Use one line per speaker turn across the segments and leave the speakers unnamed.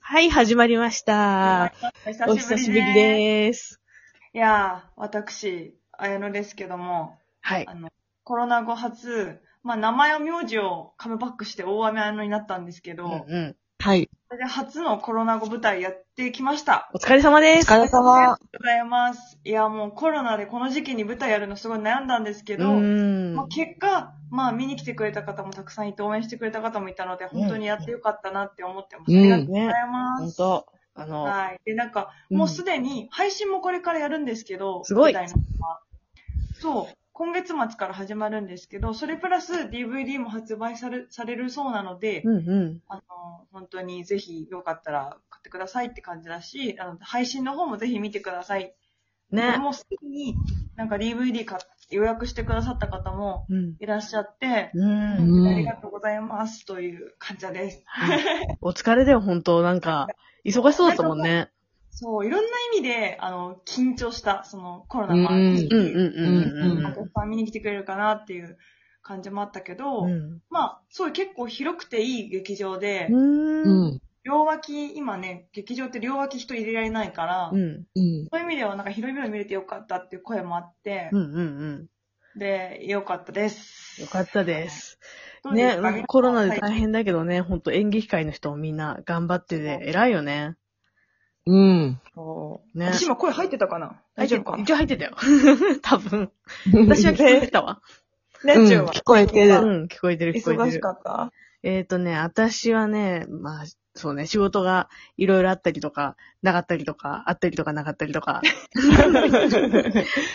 はい、始まりました。お久しぶり
す。
です。
いやー、私、綾乃ですけども、
はい
あ。の、コロナ後初、まあ、名前を名字をカムバックして大雨綾乃になったんですけど、
うん。はい。
それで初のコロナ後舞台やってきました。
お疲れ様です。
おありが。とうございます。いや、もうコロナでこの時期に舞台やるのすごい悩んだんですけ
う
ど、
ん。
まあ、結果、まあ、見に来てくれた方もたくさんいて、応援してくれた方もいたので、本当にやってよかったなって思ってます。
うん
ありがとうございます。
本当あの、
はい。で、なんか、
うん
もうすでに、配信もこれからやるんですけど、
すごい
舞台の方はそう。今月末から始まるんですけど、それプラス DVD も発売されされるそうなので、
うんうん。
あの、本当にぜひよかったら買ってくださいって感じだし、あの配信の方もぜひ見てください。
ね。
もうすでに、なんか DVD か予約してくださった方も
うん。
いらっしゃって、
う
あ
ん。
うん
りがとうございますという感じです。
お疲れだよ、本当なんか、忙しそうだったもんね。
そう、いろんな意味で、あの、緊張した、その、コロナ
うん
もあるし、
うんうんうんうん
お客さん見に来てくれるかなっていう感じもあったけど、
うん。
まあ、そう、結構広くていい劇場で、
う
うん。
ん。
両脇、今ね、劇場って両脇人入れられないから、
うん。
うん。
そういう意味ではなんか広々見れてよかったっていう声もあって
う、んうん
で、よかったで
う
す。
ん。よかったです。
どうで
ね
すか。、
コロナで
はい
大変だけどね、ほんと演劇界の人もみんな頑張ってて、偉いよね。
うん。
そう
ね
私今声入ってたかな大丈夫か
一応入ってたよ。 多分。私
私
は聞こえてたわ。
ラ
うん、
ジオは
聞こえて
う
る。
ん、聞こえてる、聞こえてる。
忙しかった
えっ、とね、私はね、まあ、そうね、仕事がいろいろあったりとか、なかったりとか、あったりとかなかったりと か。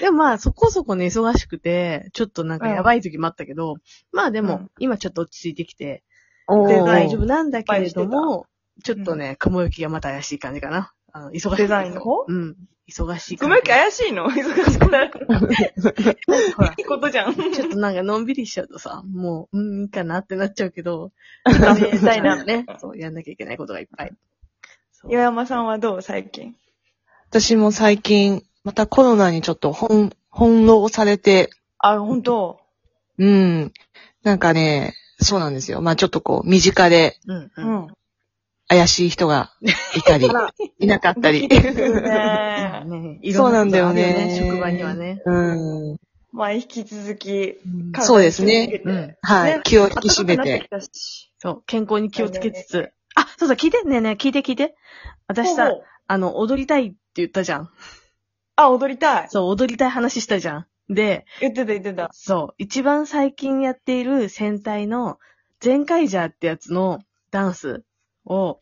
でもまあ、そこそこね、忙しくて、ちょっとなんかやばい時もあったけど、まあでも、
うん
今ちょっと落ち着いてきて、
お
で
ー
大丈夫なんだけれど
い
も、ちょっとね、雲行きがまた怪しい感じかな。あの、忙しい。
デザインの方
うん。忙しい感じ。
ごめん、怪しいの 忙しくなる。
ほら
いいことじゃん。
ちょっとなんかのんびりしちゃうとさ、もう、うん、いいかなってなっちゃうけど、
ダメみたいな
ね。そう、やんなきゃいけないことがいっぱい。そう
岩山さんはどう最近。
私も最近、またコロナにちょっと翻、翻弄されて、
あ、本当
うん。なんかね、そうなんですよ。まあちょっとこう、身近で
うん、
う
うん。
ん。
怪しい人がいたり、 いなかった り。
ねえ
ね
そうなんだよね
いろんなことあるよ職場にはね。
うん。
まあ、引き続き、
そうですね。
うん。
はい。気を引き締め
暖か
て。
くなってきたし
そう、健康に気をつけつつ。あ、そうだ、聞いてねえねえ、聞いて聞いて。私
ほう
さ
ほ、う
あの、踊りたいって言ったじゃん。
あ、踊りたい。
そう、踊りたい話したじゃん。で、
言ってた言ってた。
そう、一番最近やっている戦隊の、全開ジャーってやつのダンスを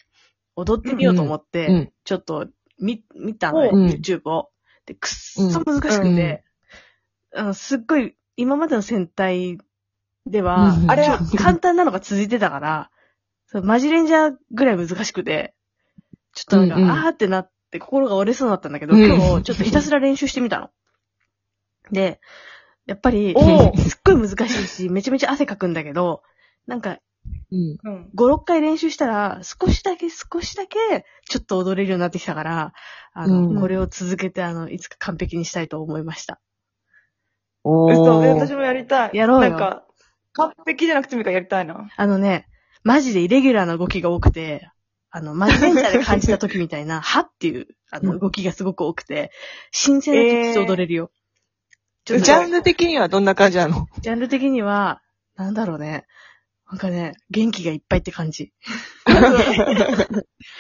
踊ってみようと思って、
うん。
ちょっと、み、見たのよ、
うん
YouTube を。で、くっそ難しくて、あの、すっごい、今までの戦隊では、
うん
あれ
ちょ簡単なのが続いてたから、そうマジレンジャーぐらい難しくて、ちょっとなんか、
うんうん
あーってなって心が折れそうになったんだけど、
うん
今日ちょっとひたすら練習してみたの。で、やっぱり
お、ー
すっごい難しいし、めちゃめちゃ汗かくんだけど、なんか、
うん。
うん。
5、6回練習したら、少しだけ少しだけ、ちょっと踊れるようになってきたから、あの、
うん
これを続けて、あの、いつか完璧にしたいと思いました。
お
嘘、
ー
私もやりたい。
やろうよ
なんか、完璧じゃなくてもいいからやりたいな。
あのね、マジでイレギュラーな動きが多くて、あの、マジレンジャーで感じた時みたいな、 はっていう、あ
う
の、
ん
動きがすごく多くて、新鮮な気持ちで踊れるよ。ちょっと
ジャンル的にはどんな感じなの
ジャンル的には、なんだろうね。なんかね、元気がいっぱいって感じ。
い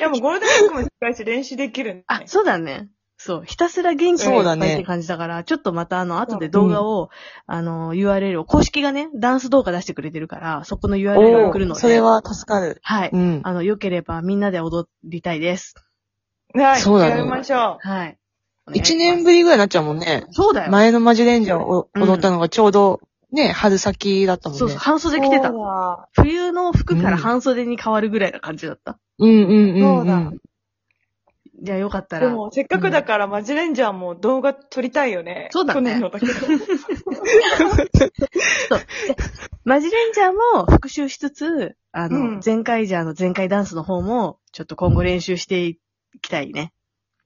や、もうゴールデンウィークも近いし練習できるんで。
あ、そうだね。そう。ひたすら元気がい
そう
っぱ
だ
い
ね
って感じだから、ちょっとまたあの、後で動画を、あの、URL を、公式がね、ダンス動画出してくれてるから、そこの URL を送るので。
それ。は助かる。
はい。
うん。
あの、良ければみんなで踊りたいです。
はい。
そうだね
やりましょ
はい。
一年ぶりぐらいになっちゃうもんね。
そうだよ。
前のマジレンジャーを
うん
踊ったのがちょうど、ね、春先だったもんね。
そうそう、半
う。
袖着てた
そう。だ
冬の服から半袖に変わるぐらいな感じだった。
うんうんうん、うん。
そうだ
じゃあよかった
で
ら。
も、せっかくだから、マジレンジャーも動画撮りたいよね。
そうだね
去年の だけど。
マジレンジャーも復習しつつ、あの、
うん
前回ジャーの前回ダンスの方も、ちょっと今後練習していきたいね。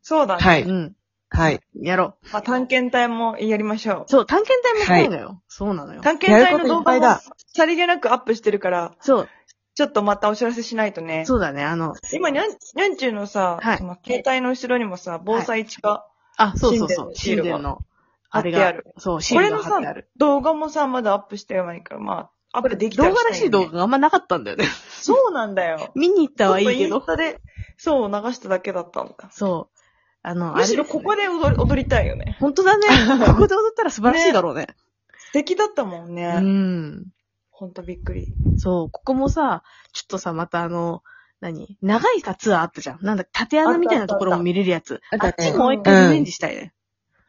そうだね。
は
う
い。
ん。
はい。
やろう。
まあ、探検隊もやりましょ
そう、探検隊もしたいのよ。そうなのよ
う。。探検隊の動画
やることいっぱい
も
だ
さりげなくアップしてるから、
そう。
ちょっとまたお知らせしないとね。
そうだね、あの、
今、にゃん、にゃんちゅうのさ、
はい
その携帯の後ろにもさ、防災地下、
あ、そうそうそう、
シ
シ
ー
ー
ルが
デンの、あれ
貼
が、
ってある
そう、シ
こ
ー
れ
ルが
の
貼
さ
ってある。、
動画もさ、まだアップしてはないから、まあ、アップできた
動画ら
た
しい動画があんまなかったんだよね。
そうなんだよ。
見に行ったはいいけ
ちょ
ど。
っとインスタで、そう、流しただけだったんだ。
そう。あの、
むしろ
あれです
こ
ね
こで踊り踊りたいよね。
本当だね。 ここで踊ったら素晴らしいだろうね。
素敵だったもんね。
うん。
ほんとびっくり。
そう、ここもさ、ちょっとさ、またあの、何長いさ、ツアーあったじゃん。なんだ、縦穴みたいなところも見れるやつ。
あ
あ
ったあ
っ
った
ちもう一
う
回
ん
リベンジしたいね。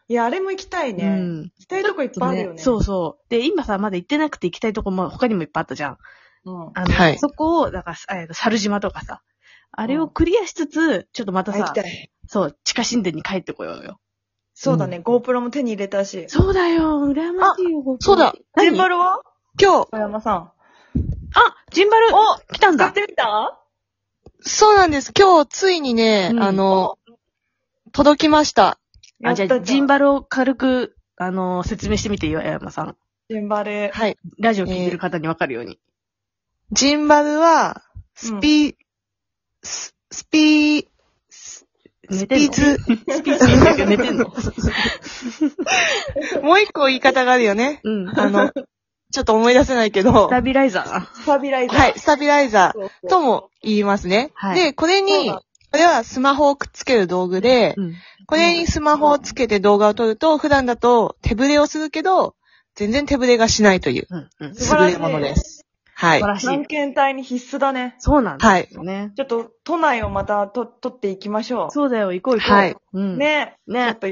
いや、あれも行きたいね。
うん。
行きたいとこいっぱいあるよね。
そうそう。で、今さ、まだ行ってなくて行きたいとこも他にもいっぱいあったじゃん。
うん。
あの、
はい
そこを、だから、えっと猿島とかさ、あれをクリアしつつ、ちょっとまた
あ行
さ
き、たい。
そう、地下神殿に帰ってこようよ。
そうだね、GoPro も手に入れたし。
そうだよ、羨ましいよ、
そうだ。
何
ジンバルは
今日、
小山さん。
あ、ジンバル
お
来たん
使っ
だ
てみた
そうなんです。今日、ついにね、
うん
あの、届きました。
あ、じゃ
やっ
あ、
た
ジンバルを軽く、あの、説明してみてよ、岩山さん。
ジンバル。
はい。
ラジオ聞いてる方にわかるように。
ジンバルは、スピ、ススピ、ス
寝
ス
てん
ピ
の
ズ、
スピーチしてるけど寝てんの
もう一個言い方があるよね。
うん。
あの、ちょっと思い出せないけど
ス、タビライザーな。
スタビライザー。
はい、スタビライザ
そうそう
ーとも言いますね。
はい
で、これ
そう
に
なの、
これはスマホをくっつける道具で、
うん。
これにスマホをつけて動画を撮ると、普段だと手ブレをするけど、全然手ブレがしないという、
うん。うん。素
素晴ら
優
しい
れものです。はい
晴。らしい
探。検隊に必須だね。
そうなんですよね。
ちょっと、都内をまたと、取っていきましょう。
そうだよ、行こう行こう。
はい。
うん。
ね。ちょ
ね
っ。と、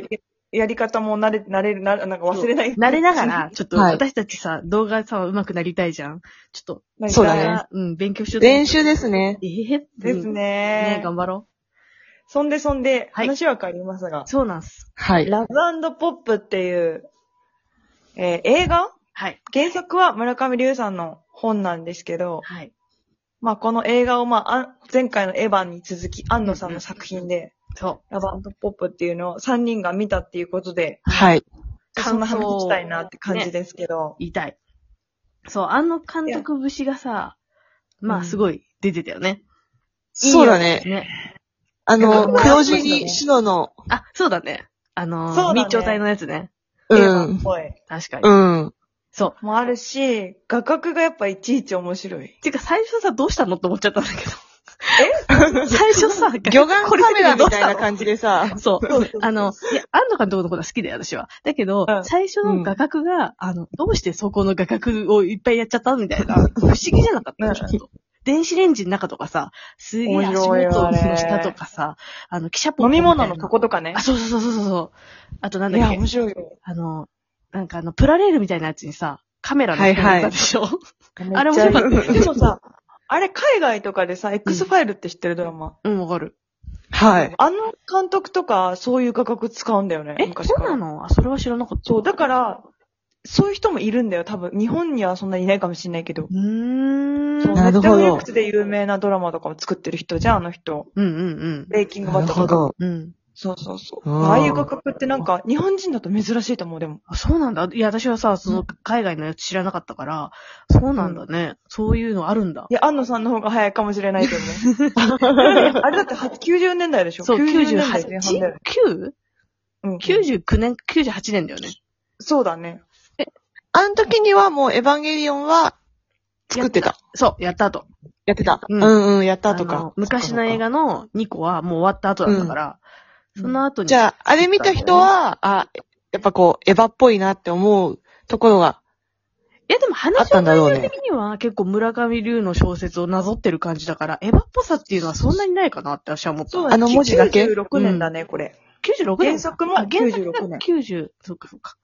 やり方も慣れ、慣れる、な、なんか忘れない。
慣れなが ら、ちょっと
はい
私たちさ、動画さ、上手くなりたいじゃん。ちょっと、
慣れなが ら
そうだね。
うん、勉強しようと思って
練習ですね。
えへ
ですね。。
うんね頑張ろ
そんでそんで、
はい
話は変わります
う。、
が
そうなんす。
はい。
ラブポップっていう、えー映画
はい。
原作は村上龍さんの本なんですけど、
はい。
まあこの映画をまああん、前回のエヴァンに続き、安野さんの作品で、
そ
ラブポップっていうのを3人が見たっていうことで、
はい。
う。
そんな話したいなって感じ
ね。
ですけど、
言いたい。そう、あの監督節がさ、ま
う
あ
ん
すごい出てたよね。
そうだね。
ね。
あの、
なんか
黒地に白の、
あ、そうだね。あの
そうだ
ー、
ね
密調体のやつね。
う
映画っ
ん。
ぽい。
確かに。
うん。
そう。
もあるし、画角がやっぱいちいち面白い。
てか最初さ、どうしたのって思っちゃったんだけ ど。え最初さ、
魚眼カメラみたいな
じ
感じでさ、
そう
そうそう。
あの、いや、安野監督のことは好きだよ、私は。だけど、
うん
最初の画角が、あの、どうしてそこの画角をいっぱいやっちゃったみた いな、不思議じゃなかった、
うん
ちょっと。電子レンジの中とかさ、すげえ
面
足元
白いよ
の下
あれ
とかさ、あの、記者ポ
飲
ップ
み
みたいな
物のこことかね
あ、。そうそうそうそうそう。あとなんだ
いや、
っけ
面、白いよ。
あの、なんかあの、プラレールみたいなやつにさ、カメラの
はい
人が
はい
いたでし ょ、あれ
も
面白かった
でもさ、あれ海外とかでさ、X ファイルって知ってるドラマ。
うん、わかる。
はい。
あの監督とか、そういう画角使うんだよね。
え、
昔
そ
か
う
ら
なのあ、それは知らなかった。
そう、だから、そういう人もいるんだよ、多分。日本にはそんなにいないかもしれないけど。
うーん。
そううん
なるほ
ネット
ど
フリックスで有名なドラマとかを作ってる人じゃん、あの人。
うん
ベイキング
な
バ
る
トルと
ほ
か。
ど。
うん。うん。
そうそうそう。
うん
ああいう画角ってなんか、日本人だと珍しいと思う、でも。
あ、そうなんだ。いや、私はさ、その、海外のやつ知らなかったから、そうなんだね。そういうのあるんだ。
いや、安野さんの方が早いかもしれないけ どね。あれだっては90年代でしょ
そう、
90年代前半だよね。
98?9?99
うん
年、98年だよね。
そうだね。
あの時にはもうエヴァンゲリオンは作ってた。
そう、やった後。
やってた。う
うん
んうん、やったと
あ
か
の。昔の映画の2個はもう終わった後だったから、
うん
その後に。
じゃあ、あれ見た人は、あ、やっぱこう、エヴァっぽいなって思うところが、
いや、でも
あっ
話
た
の
んだろう
内
ね
容的には結構村上龍の小説をなぞってる感じだから、エヴァっぽさっていうのはそんなにないかなって私は思った。
そう
あ
だね。
あの文字だけ
96年だね、これ。
96
原
年。
作も
あ、原作
96年。
90、そうかそうか。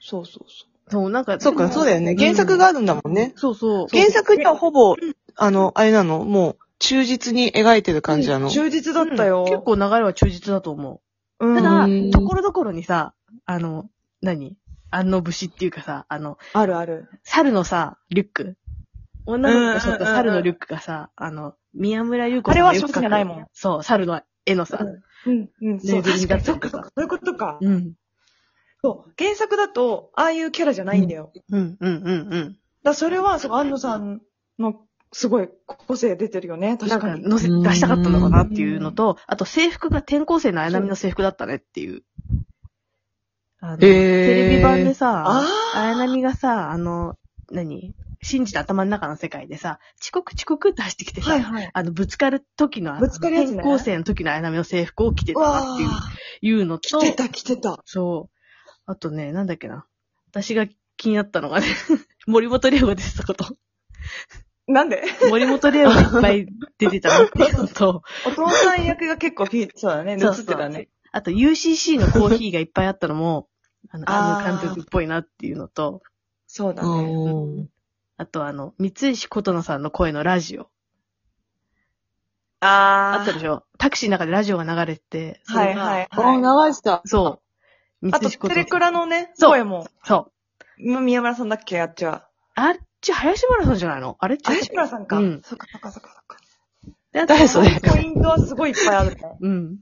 そうそうそ
そう、なんか、
そうか、そうだよね。原作があるんだもんね。
そうそう。
原作にはほぼ、あの、あれなのもう、忠実に描いてる感じなの。
う。忠実だったよ。
うん結構流れは忠実だと思
う
う。
ん、
た
う
だ
ん、
ところどころにさ、あの、何あの節っていうかさ、あの、
あるある。
猿のさ、リュック。女の子が背負っ
うんうんうんう
た
ん
猿のリュックがさ、あの、宮村優子さん
あれは
よく描く
小説じゃないもん。
そう、猿の絵のさ、
うん、うん、そ
ぬ
う、
いぐるみ
確
だ
か
った
に。
りと
そっか
か
そっか、そういうことか。
うん。
そう。原作だと、ああいうキャラじゃないんだよ。だか
うん、うん、うん、うん。
らそれは、そう、安野さんのすごい個性出てるよね。
な
確
ん
か
か、
に。
のせ、
うん
出したかったのかなっていうのと、あと制服が転校生のあやなみの制服だったねっていう。あの、
へー
テレビ版でさ、
あ
あやなみがさ、あの、何信じた頭の中の世界でさ、遅刻遅刻って走ってきてさ、
はいはい。
あの、ぶつかる時の、あの
ぶつかるやつね
転校生の時のあやなみの制服を着てたなっていう
わあ、
いうの
来
と、
てた来てた。
そう。あとね、なんだっけな。私が気になったのがね、 森本レオが出てた こと。
な んで
森本レオがいっぱい出てたなって いうのと、
お父さん役が結構フィそうだね。映
そう
ってたね。
あと UCC のコーヒーがいっぱいあったのも、あの、
あ
あ
ー
の監督っぽいなっていうのと、
そうだね。
うん
あとあの、三石琴乃さんの声のラジオ。
あ
あったでしょタクシーの中でラジオが流れてて、そ
は
れ
い
が
はい
あ、
はい。
流した。
そう。
あ
三
と、
石
テ
琴
レ
乃
ク
さん。
ラのね、
そう
声も、
そう。
宮村さんだっけあっちは。
あっち、林村さんじゃないのあれ
あ、吉村さんか。
うん。
そっかそっかそっかそっ か。
であと
誰それ
ポイントはすごいいっぱいあるね。
うん。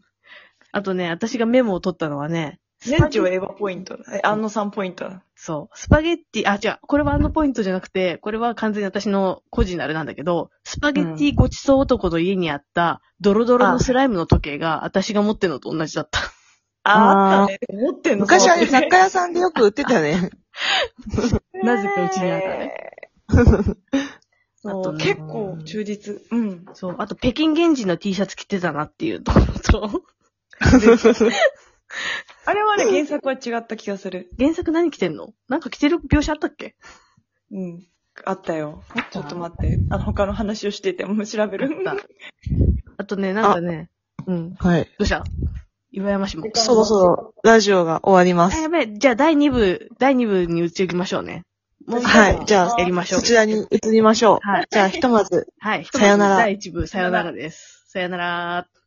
あとね、私がメモを取ったのはね、
年長エヴァポイントだ。え、安野さんポイントだ。
そう、スパゲッティ、あ、違う、これはあのポイントじゃなくて、これは完全に私の個人のあれなんだけど、スパゲッティごちそう男の家にあった、ドロドロのスライムの時計が、私が持ってるのと同じだった。
あー、あ
あー
ったね。持ってんの
昔あれ雑貨
屋
屋さんでよく売って たね。
なぜかうちにあったね。
そ
あと
う、
ね
結構忠実。うん。
そう、あと北京原人の T シャツ着てたなっていうところと、
あれはね、原作は違った気がする。
原作何着てんのなんか着てる描写あったっけ
うん。あったよ。ちょっと待って。あの、他の話をしてて、もう調べる。
あったあとね、なんかね、うん。
はい。
どうした岩山氏も。
そろそろラジオが終わりま
あ、
す。
やべえ。じゃあ、第2部、第2部に移行きましょうね。もう
はいじゃあ
やりましょう
そ。ちらに移りましょう。
はい。
じゃあひとまず、
はい。
さよなら
第1部、さよならです。さよなら。